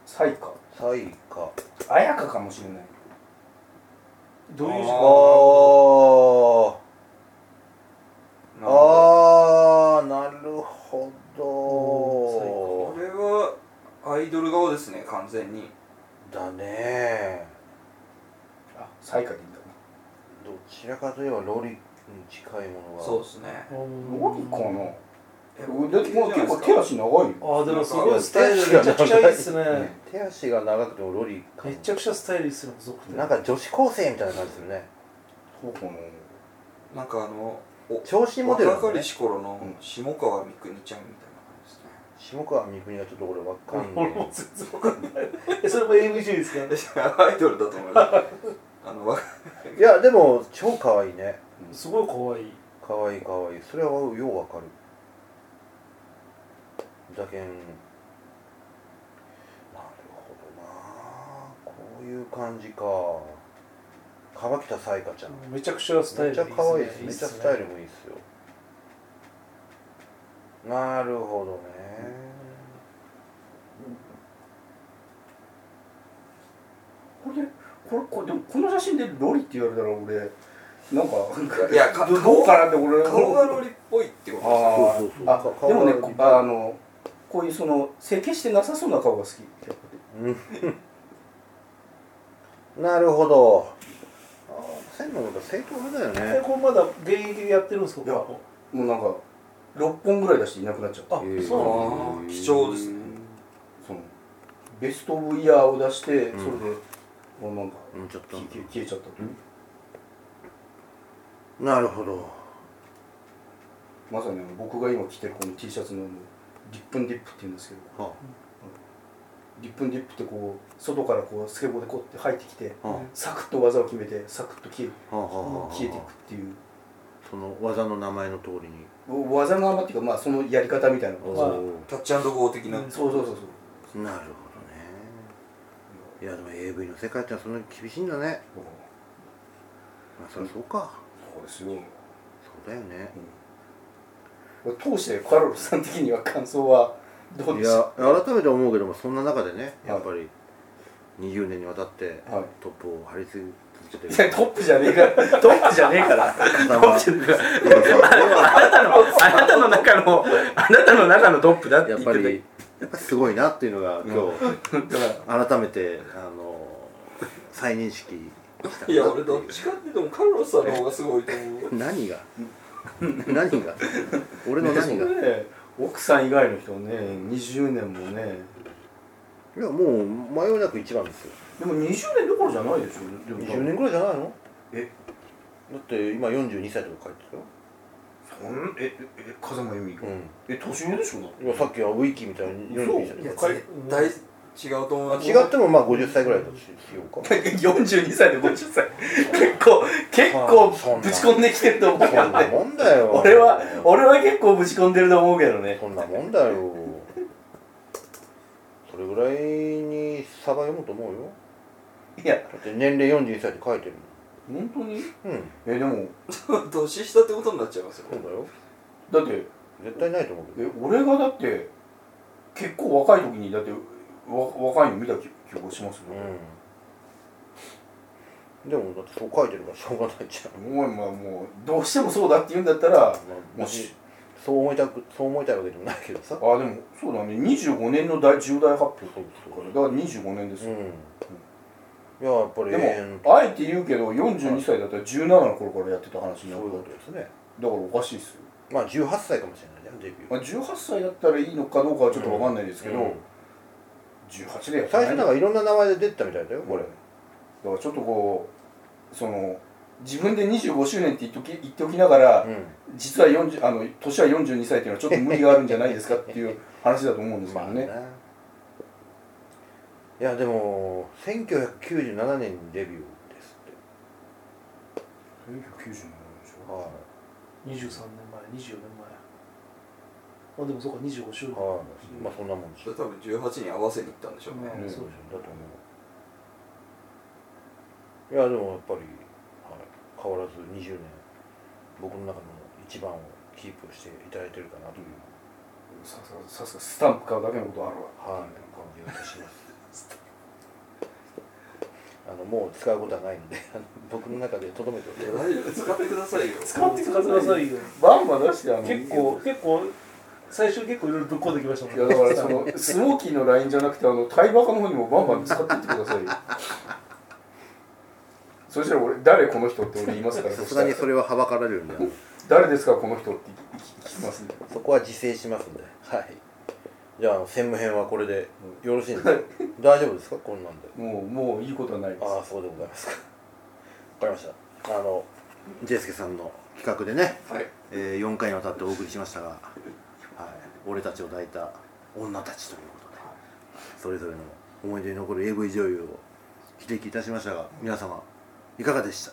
[SPEAKER 5] サイカ
[SPEAKER 2] 彩花
[SPEAKER 1] 花
[SPEAKER 2] 彩香かもしれない
[SPEAKER 5] どういう
[SPEAKER 1] あ
[SPEAKER 5] 字
[SPEAKER 3] あ
[SPEAKER 5] か
[SPEAKER 1] ー
[SPEAKER 3] なるほ
[SPEAKER 1] あーなるほ
[SPEAKER 3] どこ
[SPEAKER 1] ど
[SPEAKER 3] れはアイドル顔ですね完全に
[SPEAKER 1] だね
[SPEAKER 2] あ彩花でいいんだ
[SPEAKER 1] どちらかといえばロリに近いものが
[SPEAKER 3] そうですね
[SPEAKER 2] ロリかな
[SPEAKER 3] え
[SPEAKER 2] だってもう結構手足長いよ
[SPEAKER 5] あーでもすごいスタイルめちゃくちゃいいっすね
[SPEAKER 1] 手足が長くてもロリかも
[SPEAKER 5] めちゃくちゃスタイルいいっすね細くて
[SPEAKER 1] なんか女子高生みたいな感じするね
[SPEAKER 2] そうかな
[SPEAKER 3] なんかあのお
[SPEAKER 1] 調子モデルなん
[SPEAKER 3] 若
[SPEAKER 1] だ
[SPEAKER 3] か
[SPEAKER 1] ね
[SPEAKER 3] りし頃の下川三国ちゃんみたいな感じですね
[SPEAKER 1] 下川みくにはちょっと俺わかんない
[SPEAKER 5] 俺も全然わかんないえそれも AV 女優ですか
[SPEAKER 3] いやアイドルだと思います。あのわ
[SPEAKER 1] いやでも超可愛いね
[SPEAKER 2] う
[SPEAKER 5] すごい可愛い
[SPEAKER 1] かわいいかわいいそれはようわかるだけんなるほどなこういう感じか川北彩花ちゃん
[SPEAKER 5] めちゃくちゃスタイ
[SPEAKER 1] め
[SPEAKER 5] ル
[SPEAKER 1] ちゃ
[SPEAKER 5] いいっすね
[SPEAKER 1] 可愛いですめちゃスタイ
[SPEAKER 5] ル
[SPEAKER 1] ルもいいですよなるほどね
[SPEAKER 2] これこれこれでもこの写真でロリって言われたら俺なんか
[SPEAKER 3] いやか
[SPEAKER 2] どどうかなって俺
[SPEAKER 3] 顔がロリっぽいってことです
[SPEAKER 2] あ
[SPEAKER 1] そうそうそうか
[SPEAKER 2] あでもね
[SPEAKER 1] 顔がロ
[SPEAKER 2] こ
[SPEAKER 1] リ
[SPEAKER 2] あのこういうその整形してなさそうな顔が好き
[SPEAKER 1] なるほどあー線路の正統派だよね
[SPEAKER 5] えこれまだ現役でやってるんですか
[SPEAKER 2] いや
[SPEAKER 5] ここ
[SPEAKER 2] もうなんか6本ぐらい出していなくなっちゃう
[SPEAKER 5] あそうなんだ
[SPEAKER 3] あー貴重ですね
[SPEAKER 2] そのベスト・オブ・イヤーを出して、
[SPEAKER 1] うん
[SPEAKER 2] それでもうなんか
[SPEAKER 1] うんちょっと
[SPEAKER 2] 消え消えちゃったと、
[SPEAKER 1] なるほど
[SPEAKER 2] まさに僕が今着てるこの T シャツのリップンディップって言うんですけど
[SPEAKER 1] は
[SPEAKER 2] リップンディップってこう外からこうスケボーでこうって入ってきて
[SPEAKER 1] あは
[SPEAKER 2] サクッと技を決めてサクッと消え
[SPEAKER 1] あはあはあ
[SPEAKER 2] 消えていくっていう
[SPEAKER 1] その技の名前の通りに
[SPEAKER 2] 技の余っていうかまあそのやり方みたいな
[SPEAKER 5] まあ
[SPEAKER 3] タッチアンドゴー的な、
[SPEAKER 5] うん
[SPEAKER 2] そうそうそうそう
[SPEAKER 1] おなるほどねいやでも AV の世界ってのはそんなに厳しいんだねまあそりゃそうか
[SPEAKER 2] そうですよ
[SPEAKER 1] そうだよね
[SPEAKER 2] 通してカロルさん的には感想はどう
[SPEAKER 1] い
[SPEAKER 2] でした
[SPEAKER 1] や改めて思うけどもそんな中でねやっぱり20年にわたって
[SPEAKER 2] はい
[SPEAKER 1] トップを張り続けてる
[SPEAKER 2] いやトップじゃね
[SPEAKER 6] [LAUGHS]
[SPEAKER 2] えからトップじゃねえから
[SPEAKER 1] 方が
[SPEAKER 6] あなたのあなたの中のあなたの中のトップだって
[SPEAKER 1] や
[SPEAKER 6] 言
[SPEAKER 1] っ
[SPEAKER 6] っ
[SPEAKER 1] ぱ
[SPEAKER 6] て
[SPEAKER 1] りやっぱすごいなっていうのが今日改めてあの再認識したなて
[SPEAKER 3] いうや俺どっちかっていうとカルロスさんの方がすごいと思う
[SPEAKER 1] 何が何が俺の何がい
[SPEAKER 2] ね奥さん以外の人ね20年もね
[SPEAKER 1] やもう迷いなく一番ですよ
[SPEAKER 2] でも20年どころじゃないでしょでも
[SPEAKER 1] 20年ぐらいじゃないの
[SPEAKER 2] え
[SPEAKER 1] だって今42歳とか書いてたよ
[SPEAKER 2] そんえええ風間由美
[SPEAKER 1] う
[SPEAKER 2] え年上でしょだって
[SPEAKER 1] んいやさっきはウィキみたいに42歳
[SPEAKER 3] いや
[SPEAKER 1] とか書い
[SPEAKER 3] 絶対違うと思います
[SPEAKER 1] て違ってもまあ50歳ぐらいだとしようか
[SPEAKER 6] 42歳で50歳結構結
[SPEAKER 1] あ
[SPEAKER 6] 構
[SPEAKER 1] そんな
[SPEAKER 6] ぶち込んできてると思う
[SPEAKER 1] そんなもんだ [LAUGHS] よ
[SPEAKER 6] 俺は俺は結構ぶち込んでると思うけどね
[SPEAKER 1] そんなもんだよそれぐらいにサバ読むと思うよ
[SPEAKER 6] いや
[SPEAKER 1] だって年齢42歳って書いてる
[SPEAKER 2] 本当に
[SPEAKER 1] もんうん
[SPEAKER 2] えでも
[SPEAKER 3] 年下ってことになっちゃいますよ
[SPEAKER 1] そうだよ
[SPEAKER 2] だって
[SPEAKER 1] 絶対ないと思うけ
[SPEAKER 2] え
[SPEAKER 1] ど
[SPEAKER 2] 俺がだって結構若い時にだってわ若いの見た記記憶がしますよ、
[SPEAKER 1] うんでもだってそう書いてるからしょうがないじゃん
[SPEAKER 2] もうまあもうどうしてもそうだって言うんだったら
[SPEAKER 1] まあ、
[SPEAKER 2] もし
[SPEAKER 1] そう思いたくそう思いたいわけでもないけどさ
[SPEAKER 2] あでもそうだね25年の大重大発表だ
[SPEAKER 1] そう
[SPEAKER 2] からだから25年です
[SPEAKER 1] うん、
[SPEAKER 2] よ、
[SPEAKER 1] いややっぱり永
[SPEAKER 2] で
[SPEAKER 1] 遠と
[SPEAKER 2] もあえて言うけど42歳だったら17の頃からやってた話にな
[SPEAKER 1] そう
[SPEAKER 2] る
[SPEAKER 1] いう
[SPEAKER 2] だ
[SPEAKER 1] ことですね
[SPEAKER 2] からおかしいですよ、
[SPEAKER 1] まあ18歳かもしれないじゃんデビュー
[SPEAKER 2] まあ、18歳だったらいいのかどうかはちょっとわかんないですけど、
[SPEAKER 1] うん
[SPEAKER 2] 18でやって
[SPEAKER 1] 最
[SPEAKER 2] ない
[SPEAKER 1] 初なんかいろんな名前で出てたみたいだよ
[SPEAKER 2] こ
[SPEAKER 1] こ
[SPEAKER 2] れ
[SPEAKER 1] れ、
[SPEAKER 2] だからちょっとこうその自分で25周年って言っとき言っておきながら、
[SPEAKER 1] う
[SPEAKER 2] 実は40あの年は42歳っていうのはちょっと無理があるんじゃないですかっていう話だと思うんですけど
[SPEAKER 1] まあ
[SPEAKER 2] ね
[SPEAKER 1] ねいやでも1997年にデビューですって
[SPEAKER 2] 1997でしょ
[SPEAKER 1] は
[SPEAKER 5] 23年前24年前まあでもそっか25周
[SPEAKER 1] い
[SPEAKER 5] 年
[SPEAKER 1] はいまあそんなもんでし
[SPEAKER 3] そ
[SPEAKER 1] ょ
[SPEAKER 3] れ多分18に合わせに行ったんでしょうね、
[SPEAKER 5] ねそう
[SPEAKER 1] だと思ういやでもやっぱり、はい、変わらず20年僕の中の一番をキープしていただいてるかなという、
[SPEAKER 2] さすがさすがスタンプ買うだけのことあるわ
[SPEAKER 1] はい感じがいたしますあのもう使うことはないのであの僕の中でとどめておいて
[SPEAKER 3] いや大丈夫使ってくださいよ
[SPEAKER 5] 使ってくださいよ
[SPEAKER 2] バンバン出してあの
[SPEAKER 5] 結構結構最初結構いろいろぶっこんできましたもん
[SPEAKER 2] いやだからそのスモーキーのラインじゃなくてあのタイバカの方にもバンバン使ってってくださいよそしたら俺誰この人って俺言いますから
[SPEAKER 1] さすがに
[SPEAKER 2] そした
[SPEAKER 1] そ
[SPEAKER 2] ら
[SPEAKER 1] れははばかられるんであの
[SPEAKER 2] 誰ですかこの人って聞きますね
[SPEAKER 1] そこは自制しますんではいじゃあ専務編はこれでよろしいんですか大丈夫ですかこんなんで
[SPEAKER 2] もうもういいことはないです
[SPEAKER 1] ああそうでございますかわかりましたあのジェイスケさんの企画でね、
[SPEAKER 2] はい
[SPEAKER 1] えー、4回にわたってお送りしましたが、はい、俺たちを抱いた女たちということでそれぞれの思い出に残る AV 女優を [LAUGHS] 指摘いたしましたが皆様いかがでした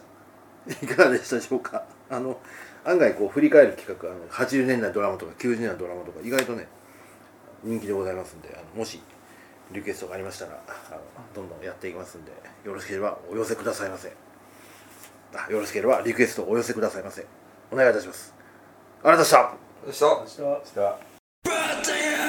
[SPEAKER 1] いかがでしたでしょうかあの案外こう振り返る企画あの80年代ドラマとか90年代ドラマとか意外とね人気でございますんであのもしリクエストがありましたらあのどんどんやっていきますんでよろしければお寄せくださいませあよろしければリクエストをお寄せくださいませお願いいたしますありがとうございました
[SPEAKER 3] でした
[SPEAKER 5] 明日は
[SPEAKER 2] した